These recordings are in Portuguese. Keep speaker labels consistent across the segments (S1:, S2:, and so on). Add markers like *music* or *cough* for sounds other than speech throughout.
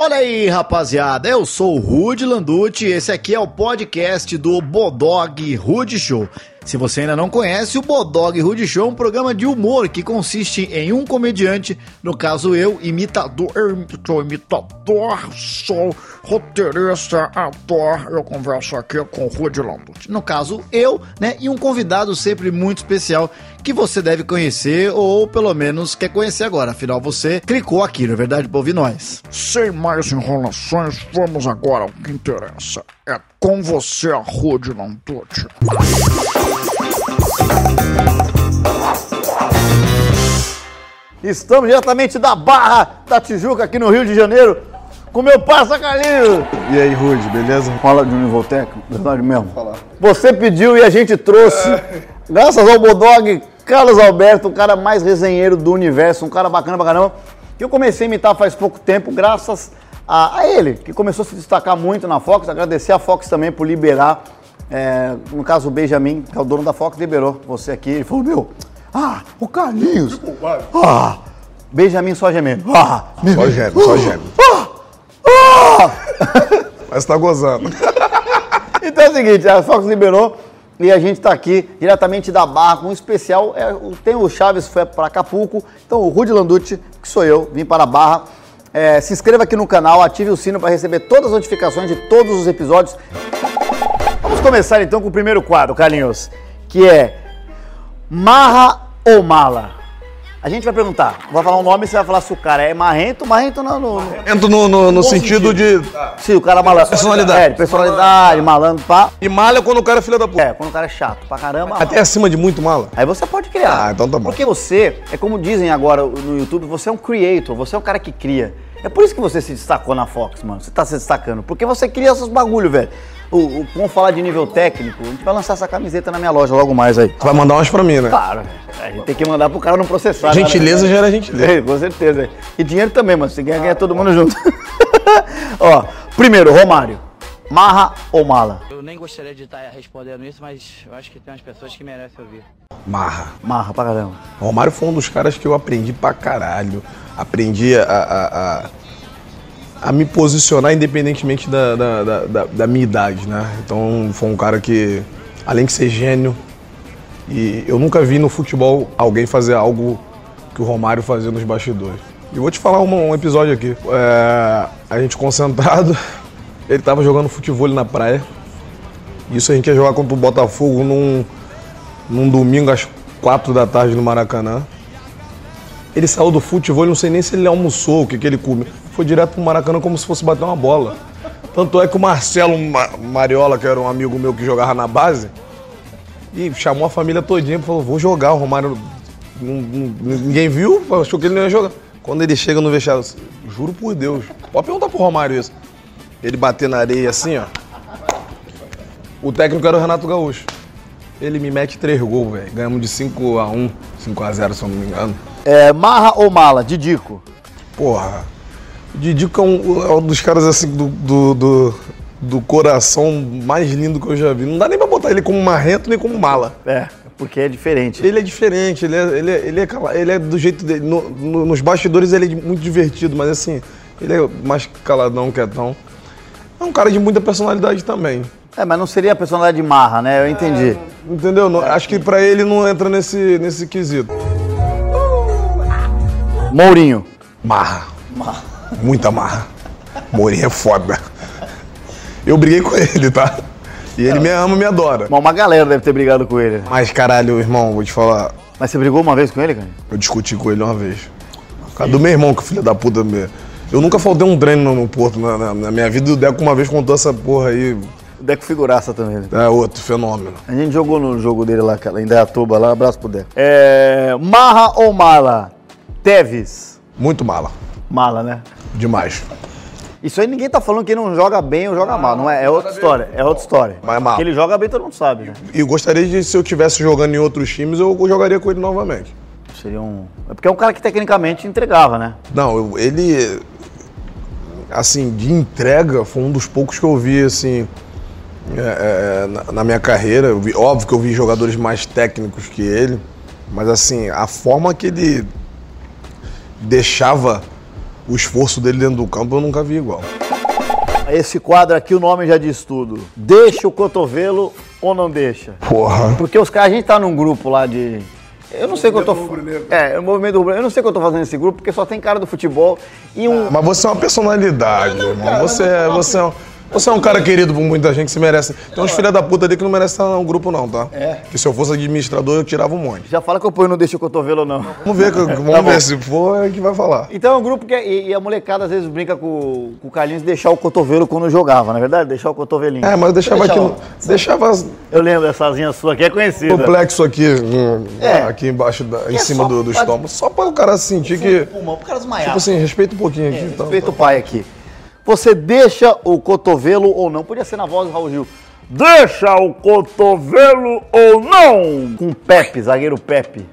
S1: Olha aí, rapaziada, eu sou o Rude Landucci e esse aqui é o podcast do Bodog Rude Show. Se você ainda não conhece, o Bodog Rude Show é um programa de humor que consiste em um comediante, no caso eu, imitador, eu sou imitador, sou roteirista, ator, eu converso aqui com o Rude Landucci. No caso, eu, né, e um convidado sempre muito especial que você deve conhecer ou pelo menos quer conhecer agora, afinal você clicou aqui, não é verdade, pra ouvir nós.
S2: Sem mais enrolações, vamos agora ao que interessa. É com você, Rude Landucci.
S3: Estamos diretamente da Barra da Tijuca, aqui no Rio de Janeiro, com meu parça Calil.
S4: E aí, Rude, beleza?
S3: Fala de Univoltec, verdade mesmo.
S4: Fala. É.
S3: Você pediu e a gente trouxe. Graças ao Bodog, Carlos Alberto, o cara mais resenheiro do universo, um cara bacana pra caramba, que eu comecei a imitar faz pouco tempo, graças a, a ele, que começou a se destacar muito na Fox. Agradecer a Fox também por liberar, é, no caso o Benjamin, que é o dono da Fox, liberou você aqui. Ele falou, meu, ah, o Carlinhos, ah, Benjamin só gemendo, ah, meu,
S4: Só gêmeo, só gêmeo. Mas tá gozando.
S3: Então é o seguinte, a Fox liberou e a gente tá aqui diretamente da Barra com um especial. É, o- tem o Chaves foi para Acapulco, então o Rudy Landucci, que sou eu, vim para a Barra. É, se inscreva aqui no canal, ative o sino para receber todas as notificações de todos os episódios. Vamos começar então com o primeiro quadro, Carlinhos, que é Marra ou Mala? A gente vai perguntar, vai falar um nome e você vai falar se o cara é marrento, marrento não, não, não.
S4: Entro no, no, no sentido, de.
S3: Se o cara é malandro.
S4: Personalidade.
S3: É, de personalidade, malandro, pá.
S4: E malha quando o cara é filho da puta.
S3: É, quando o cara é chato pra caramba.
S4: Até acima de muito mala.
S3: Aí você pode criar.
S4: Ah, então tá bom.
S3: Porque você, é como dizem agora no YouTube, você é um creator, você é um cara que cria. É por isso que você se destacou na Fox, mano. Você tá se destacando. Porque você cria esses bagulho, velho. O, o, vamos falar de nível técnico. A gente vai lançar essa camiseta na minha loja logo mais aí.
S4: Tu vai mandar umas pra mim, né?
S3: Claro, velho. A gente tem que mandar pro cara não processar. né,
S4: Gentileza
S3: velho?
S4: gera gentileza.
S3: É, com certeza. E dinheiro também, mano. Você ganha, ganha todo mundo junto. *laughs* Ó, primeiro, Romário. Marra ou mala?
S5: Eu nem gostaria de estar respondendo isso, mas eu acho que tem umas pessoas que merecem ouvir.
S4: Marra.
S3: Marra pra caramba.
S4: O Romário foi um dos caras que eu aprendi pra caralho. Aprendi a. a, a- a me posicionar independentemente da, da, da- da- da minha idade, né? Então foi um cara que, além de ser gênio, e eu nunca vi no futebol alguém fazer algo que o Romário fazia nos bastidores. E vou te falar um, um episódio aqui. É, a gente concentrado, *laughs* ele tava jogando futebol na praia. Isso a gente ia jogar contra o Botafogo num, num domingo às quatro da tarde no Maracanã. Ele saiu do futebol, não sei nem se ele almoçou, o que, que ele comeu. Foi direto pro Maracanã como se fosse bater uma bola. Tanto é que o Marcelo Ma- Mariola, que era um amigo meu que jogava na base, e chamou a família todinha e falou, vou jogar. O Romário, não- não- ninguém viu, achou que ele não ia jogar. Quando ele chega no vestiário, juro por Deus, pode perguntar pro Romário isso. Ele bater na areia assim, ó. O técnico era o Renato Gaúcho. Ele me mete três gols, velho. Ganhamos de 5x1, 5x0, se eu não me engano.
S3: É, marra ou mala? Didico.
S4: Porra. Didico é um, é um dos caras assim do, do, do, do coração mais lindo que eu já vi. Não dá nem pra botar ele como marrento nem como mala.
S3: É, porque é diferente.
S4: Ele é diferente, ele é, ele é, ele é, cala- ele é do jeito dele. No- no- nos bastidores ele é de- muito divertido, mas assim, ele é mais caladão, quietão. É um cara de muita personalidade também.
S3: É, mas não seria a personalidade de marra, né? Eu entendi.
S4: Entendeu? Não- acho que pra ele não entra nesse, nesse quesito.
S3: Mourinho.
S4: Marra. Muita marra. Mourinho é foda. Eu briguei com ele, tá? E ele me ama e me adora.
S3: Bom, uma galera deve ter brigado com ele.
S4: Mas caralho, irmão, vou te falar.
S3: Mas você brigou uma vez com ele, cara?
S4: Eu discuti com ele uma vez. Por causa do meu irmão, que filho da puta. meu. Eu nunca faltei um treino no, no Porto na, na- na minha vida. E o Deco uma vez contou essa porra aí.
S3: O Deco figuraça também. Né?
S4: É outro fenômeno.
S3: A gente jogou no jogo dele lá, cara, em Dayatuba, lá. Abraço pro Deco. É, marra ou mala? Teves.
S4: Muito mala.
S3: Mala, né?
S4: Demais.
S3: Isso aí ninguém tá falando que ele não joga bem ou joga mal, não é? É outra história, é outra história.
S4: Mas é mala.
S3: Que ele joga bem, todo mundo sabe, né?
S4: E eu gostaria de, se eu estivesse jogando em outros times, eu jogaria com ele novamente.
S3: Seria um... É porque é um cara que tecnicamente entregava, né?
S4: Não, eu- ele. Assim, de entrega, foi um dos poucos que eu vi, assim. é, é, na, na minha carreira. Eu vi- óbvio que eu vi jogadores mais técnicos que ele, mas, assim, a forma que ele deixava o esforço dele dentro do campo eu nunca vi igual.
S3: Esse quadro aqui, o nome já diz tudo. Deixa o cotovelo ou não deixa?
S4: Porra.
S3: Porque os caras, a gente tá num grupo lá de. Eu não sei o que eu tô. É, o movimento do Eu não sei o que eu tô fazendo nesse grupo, porque só tem cara do futebol e um.
S4: Mas você é uma personalidade, irmão. você, é, você, é, um- você é um cara querido por muita gente que se merece. Tem uns filha da puta ali que não merece estar no grupo, não, tá? É. Que se eu fosse administrador, eu tirava um monte.
S3: Já fala que eu ponho não deixa o cotovelo ou não.
S4: Vamos
S3: Tá
S4: ver, que- vamos ver se for, é que vai falar.
S3: Então é um grupo que. E, e a molecada às vezes brinca com, com o Carlinhos deixar o cotovelo quando jogava, na verdade? Deixar o cotovelinho.
S4: É, mas eu deixava
S3: Deixa
S4: aqui.
S3: lá.
S4: no- Deixava
S3: Eu lembro dessazinha sua que é conhecida.
S4: complexo aqui, hum,
S3: É.
S4: aqui embaixo, da- em
S3: é
S4: cima
S3: só
S4: do, do
S3: pra-
S4: estômago. Só pra o cara sentir que.
S3: Pulmão, pro cara
S4: Tipo
S3: desmaiar.
S4: assim, respeita um pouquinho aqui. então.
S3: É, Respeita o pai aqui. Você deixa o cotovelo ou não? Podia ser na voz do Raul Gil. Deixa o cotovelo ou não? Com o Pepe, zagueiro Pepe.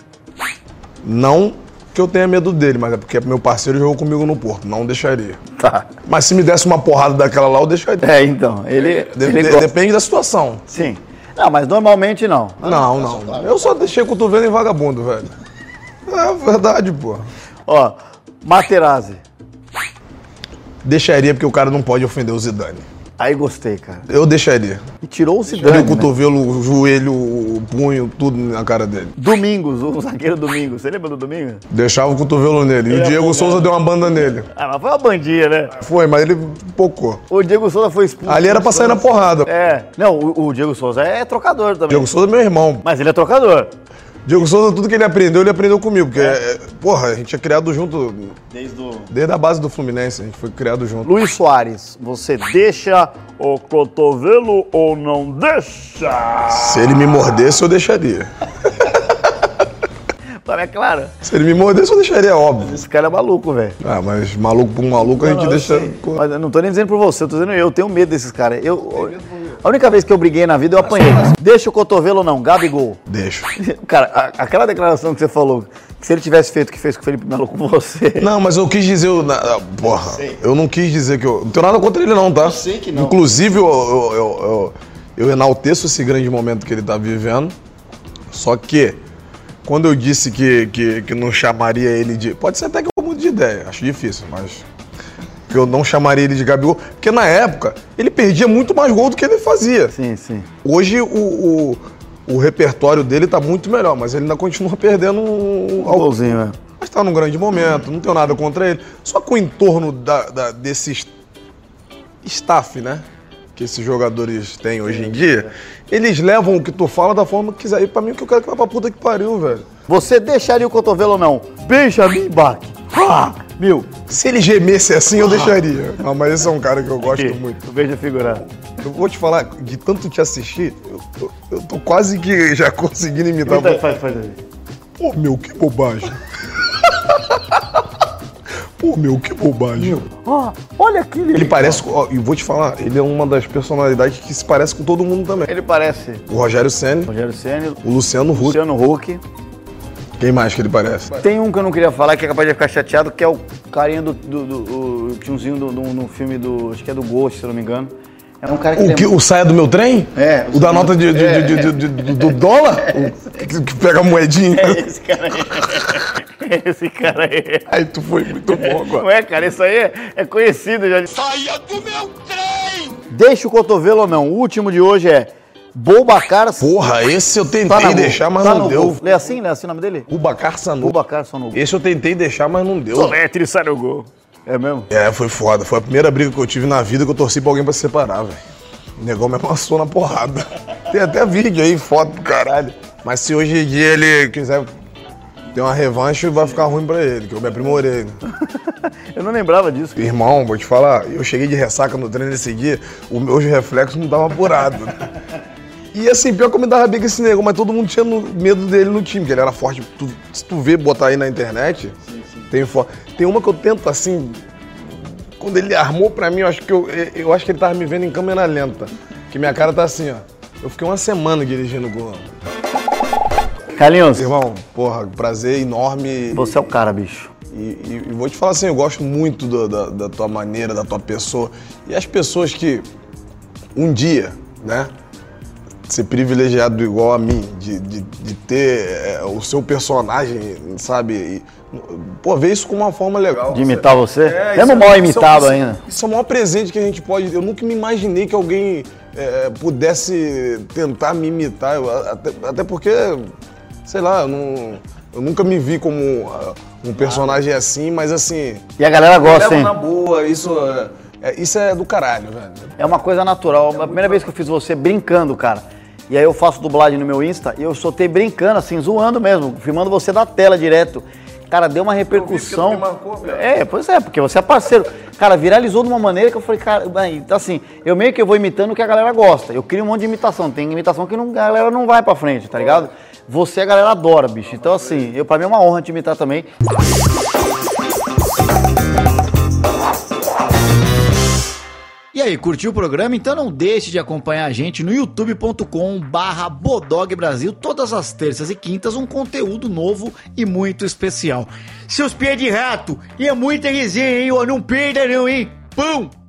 S4: Não que eu tenha medo dele, mas é porque meu parceiro jogou comigo no Porto. Não deixaria.
S3: Tá.
S4: Mas se me desse uma porrada daquela lá, eu deixaria.
S3: *laughs* É, então. Ele.
S4: De-
S3: ele
S4: de-
S3: gosta.
S4: depende da situação.
S3: Sim. Não, mas normalmente Ah, não.
S4: Não, não. Eu só deixei cotovelo em vagabundo, velho. É verdade, pô.
S3: Ó, Materazzi.
S4: Deixaria porque o cara não pode ofender o Zidane.
S3: Aí gostei, cara.
S4: Eu deixaria.
S3: E tirou o
S4: Dei
S3: Zidane.
S4: o
S3: né?
S4: cotovelo, o joelho, o punho, tudo na cara dele.
S3: Domingos, o *laughs* zagueiro Domingos. Você lembra do Domingos?
S4: Deixava o cotovelo nele. E o Diego Souza deu uma banda nele.
S3: Ah, mas foi uma bandinha, né?
S4: Foi, mas ele pocou.
S3: O Diego Souza foi expulso.
S4: Ali era pra sair na porrada.
S3: É. Não, o, o Diego Souza é trocador também.
S4: Diego Souza é meu irmão.
S3: Mas ele é trocador.
S4: Diego Souza, tudo que ele aprendeu, ele aprendeu comigo. Porque, é, porra, a gente é criado junto. Desde, a base do Fluminense, a gente foi criado junto.
S3: Luiz Soares, você deixa o cotovelo ou não deixa?
S4: Se ele me mordesse, eu deixaria.
S3: Tá, é claro.
S4: Se ele me mordesse, eu deixaria, óbvio.
S3: Esse cara é maluco, velho.
S4: Ah, mas maluco por um maluco, a gente deixa. Pô,
S3: Mas eu não tô nem dizendo por você, eu tô dizendo eu, eu tenho medo desses caras. Eu, a única vez que eu briguei na vida, eu apanhei. Deixa o cotovelo ou não, Gabigol. *laughs*
S4: Deixa.
S3: Cara, a- aquela declaração que você falou, que se ele tivesse feito o que fez com o Felipe Melo com você,
S4: Não, mas eu quis dizer. eu- na- ah, porra, eu não quis dizer que eu. Não tenho nada contra ele, não, tá? Eu sei que não. Inclusive, eu, eu, eu, eu- eu enalteço esse grande momento que ele tá vivendo. Só que, quando eu disse que, que, que não chamaria ele de. Pode ser até que eu mude de ideia, acho difícil, mas. Que eu não chamaria ele de Gabigol. Porque na época, ele perdia muito mais gol do que ele fazia.
S3: Sim, sim.
S4: Hoje o, o, o repertório dele tá muito melhor, mas ele ainda continua perdendo um,
S3: Um golzinho, velho.
S4: mas tá num grande momento, não tenho nada contra ele. Só que o entorno da, da- desse est- staff, né? Que esses jogadores têm hoje em dia, eles levam o que tu fala da forma que quiser. E pra mim, o que eu quero é que vai pra puta que pariu, velho.
S3: Você deixaria o cotovelo ou não? Benjamin Bach. Ah, mil.
S4: Se ele gemesse assim, eu *laughs* deixaria. Não, mas esse é um cara que eu gosto muito.
S3: Veja figurar.
S4: Eu vou te falar, de tanto te assistir, eu, tô- eu tô quase que já *laughs* conseguindo imitar.
S3: Então, faz, faz aí.
S4: Pô, meu, que bobagem. *laughs* Pô, meu, que bobagem.
S3: Ó, olha aqui,
S4: Ele parece, com- ó, e vou te falar, ele é uma das personalidades que se parece com todo mundo também.
S3: Ele parece
S4: O Rogério Senna,
S3: Rogério Ceni,
S4: o Luciano Huck.
S3: Luciano Huck.
S4: Quem mais que ele parece?
S3: Tem um que eu não queria falar, que é capaz de ficar chateado, que é o carinha do, do, do- o tiozinho do, do- no filme do, acho que é do Ghost, se eu não me engano. É um cara que,
S4: O, que,
S3: lembra-
S4: o saia do meu trem?
S3: É.
S4: O da nota de, de- de- de- de- de- do dólar? O que, que pega a moedinha?
S3: Esse cara aí. *laughs* Esse cara aí.
S4: Aí tu foi muito bom
S3: Não
S4: agora.
S3: é, cara, isso aí é, é conhecido já. Saia do meu trem! Deixa o cotovelo ou não. O último de hoje é Bobacar
S4: Porra, esse eu tentei
S3: Sanogo.
S4: deixar, mas
S3: Sanogo.
S4: não deu.
S3: É assim, né? Assim o nome dele?
S4: O Bacar Sanu.
S3: Bobacar Sanogo.
S4: Esse eu tentei deixar, mas não deu.
S3: Soletre Sanogo. É mesmo?
S4: É, foi foda. Foi a primeira briga que eu tive na vida que eu torci pra alguém pra se separar, velho. O negão me amassou na porrada. *laughs* Tem até vídeo aí, foto do caralho. Mas se hoje em dia ele quiser ter uma revanche, vai ficar ruim pra ele, que eu me aprimorei. Né?
S3: Eu não lembrava disso.
S4: Irmão, vou te falar, eu cheguei de ressaca no treino nesse dia, os meus reflexos não davam apurado. Né? E assim, pior que eu me dava bica esse negão, mas todo mundo tinha no- medo dele no time, que ele era forte. Tu- se tu vê botar aí na internet, tem fo- Tem uma que eu tento assim. Quando ele armou pra mim, eu acho que eu, eh, eu acho que ele tava me vendo em câmera lenta. Que minha cara tá assim, ó. Eu fiquei uma semana dirigindo o gol.
S3: Carlinhos,
S4: Irmão, porra, prazer enorme.
S3: você é o cara, bicho.
S4: E, e- e vou te falar assim, eu gosto muito do- da, da tua maneira, da tua pessoa. E as pessoas que um dia, né, ser privilegiado igual a mim, de, de, de ter é, o seu personagem, sabe? E, pô, ver isso com uma forma legal. É,
S3: De imitar você? Eu
S4: isso
S3: não mal
S4: isso
S3: imitava
S4: isso-
S3: ainda.
S4: Isso é o maior presente que a gente pode. Eu nunca me imaginei que alguém é, pudesse tentar me imitar. Eu, a- até, até porque, sei lá, eu, não- eu nunca me vi como ah, um personagem assim, mas assim.
S3: E a galera gosta,
S4: Leva
S3: hein?
S4: na boa, isso é, é- isso é do caralho, velho.
S3: É uma coisa natural. a primeira vez que eu fiz você brincando, cara. E aí eu faço dublagem no meu Insta e eu soltei brincando, assim, zoando mesmo, filmando você da tela direto. Cara, deu uma repercussão.
S4: porque tu me marcou, velho.
S3: é, pois é, porque você é parceiro. Cara, viralizou de uma maneira que eu falei, cara, bem, então assim, eu meio que vou imitando o que a galera gosta. Eu crio um monte de imitação. Tem imitação que não- a galera não vai pra frente, tá ligado? Você a galera adora, bicho. Então assim, eu, pra mim é uma honra te imitar também.
S1: E aí, curtiu o programa? Então não deixe de acompanhar a gente no youtube.com barra Bodog Brasil todas as terças e quintas, um conteúdo novo e muito especial. Seus pés de rato, e é muita resenha, hein? Ó, Não perda não, hein? Pão!